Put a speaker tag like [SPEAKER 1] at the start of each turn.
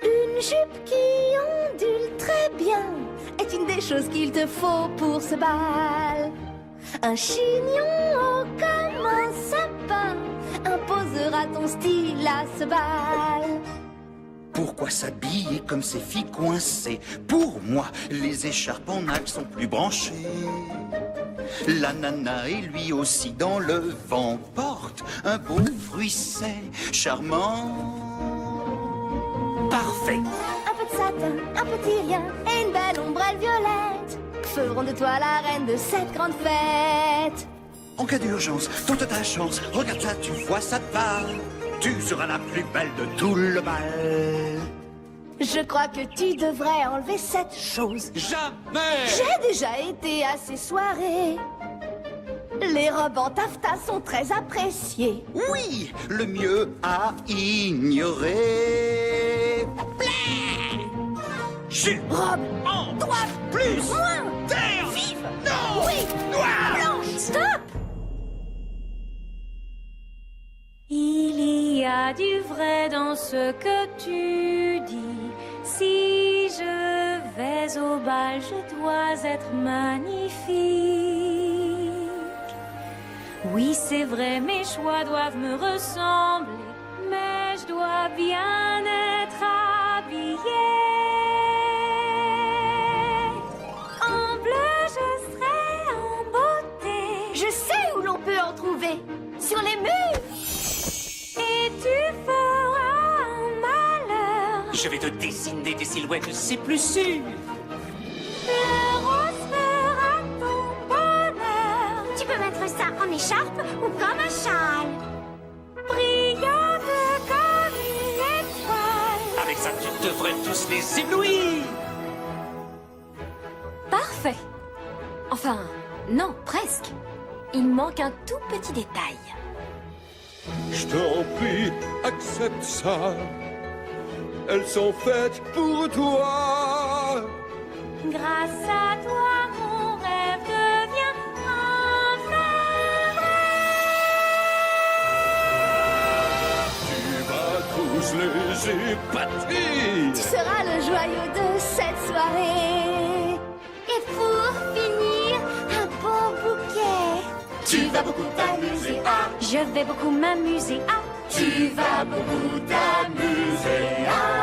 [SPEAKER 1] jupe qui ondule très bien est une des choses qu'il te faut pour ce bal. Un chignon haut comme un sapin imposera ton style à ce bal.
[SPEAKER 2] Pourquoi s'habiller comme ces filles coincées Pour moi, les écharpes en algues sont plus branchées. La nana est lui aussi dans le vent, porte un beau fruit sec, charmant. Parfait.
[SPEAKER 1] Un peu de satin, un petit rien et une belle ombrelle violette feront de toi la reine de cette grande fête.
[SPEAKER 2] En cas d'urgence, tente ta chance, regarde ça, tu vois, ça te va. Tu seras la plus belle de tout le bal.
[SPEAKER 1] Je crois que tu devrais enlever cette chose.
[SPEAKER 2] Jamais
[SPEAKER 1] J'ai déjà été à ces soirées. Les robes en taffetas sont très appréciées.
[SPEAKER 2] Oui, le mieux à ignorer. Plaît Jupe
[SPEAKER 1] Robe,
[SPEAKER 2] en
[SPEAKER 1] droite,
[SPEAKER 2] plus
[SPEAKER 1] moins,
[SPEAKER 2] terre
[SPEAKER 1] vive,
[SPEAKER 2] Non
[SPEAKER 1] oui,
[SPEAKER 2] Noir
[SPEAKER 1] blanche, stop
[SPEAKER 3] Il y a du vrai dans ce que tu dis. Si je vais au bal, je dois être magnifique. Oui, c'est vrai, mes choix doivent me ressembler, mais je dois bien être habillée. En bleu, je serai en beauté.
[SPEAKER 1] Je sais où l'on peut en trouver. Sur les murs
[SPEAKER 3] Et tu feras un malheur.
[SPEAKER 4] Je vais te dessiner des silhouettes, c'est plus sûr.
[SPEAKER 3] Le rose fera ton bonheur.
[SPEAKER 1] Tu peux mettre ça en écharpe ou comme un châle.
[SPEAKER 3] Brillante comme une étoile.
[SPEAKER 4] Avec ça, tu devrais tous les éblouir.
[SPEAKER 5] Parfait. Enfin, non, presque. Il manque un tout petit détail.
[SPEAKER 6] Je t'en prie, accepte ça. Elles sont faites pour toi.
[SPEAKER 3] Grâce à toi, mon rêve devient enfin vrai.
[SPEAKER 6] Tu vas tous les épater.
[SPEAKER 1] Tu seras le joyau de cette soirée. Et pour finir, un beau bouquet.
[SPEAKER 2] Tu vas beaucoup t'amuser, ah
[SPEAKER 3] Je vais beaucoup m'amuser. Ah,
[SPEAKER 2] Tu vas beaucoup t'amuser, ah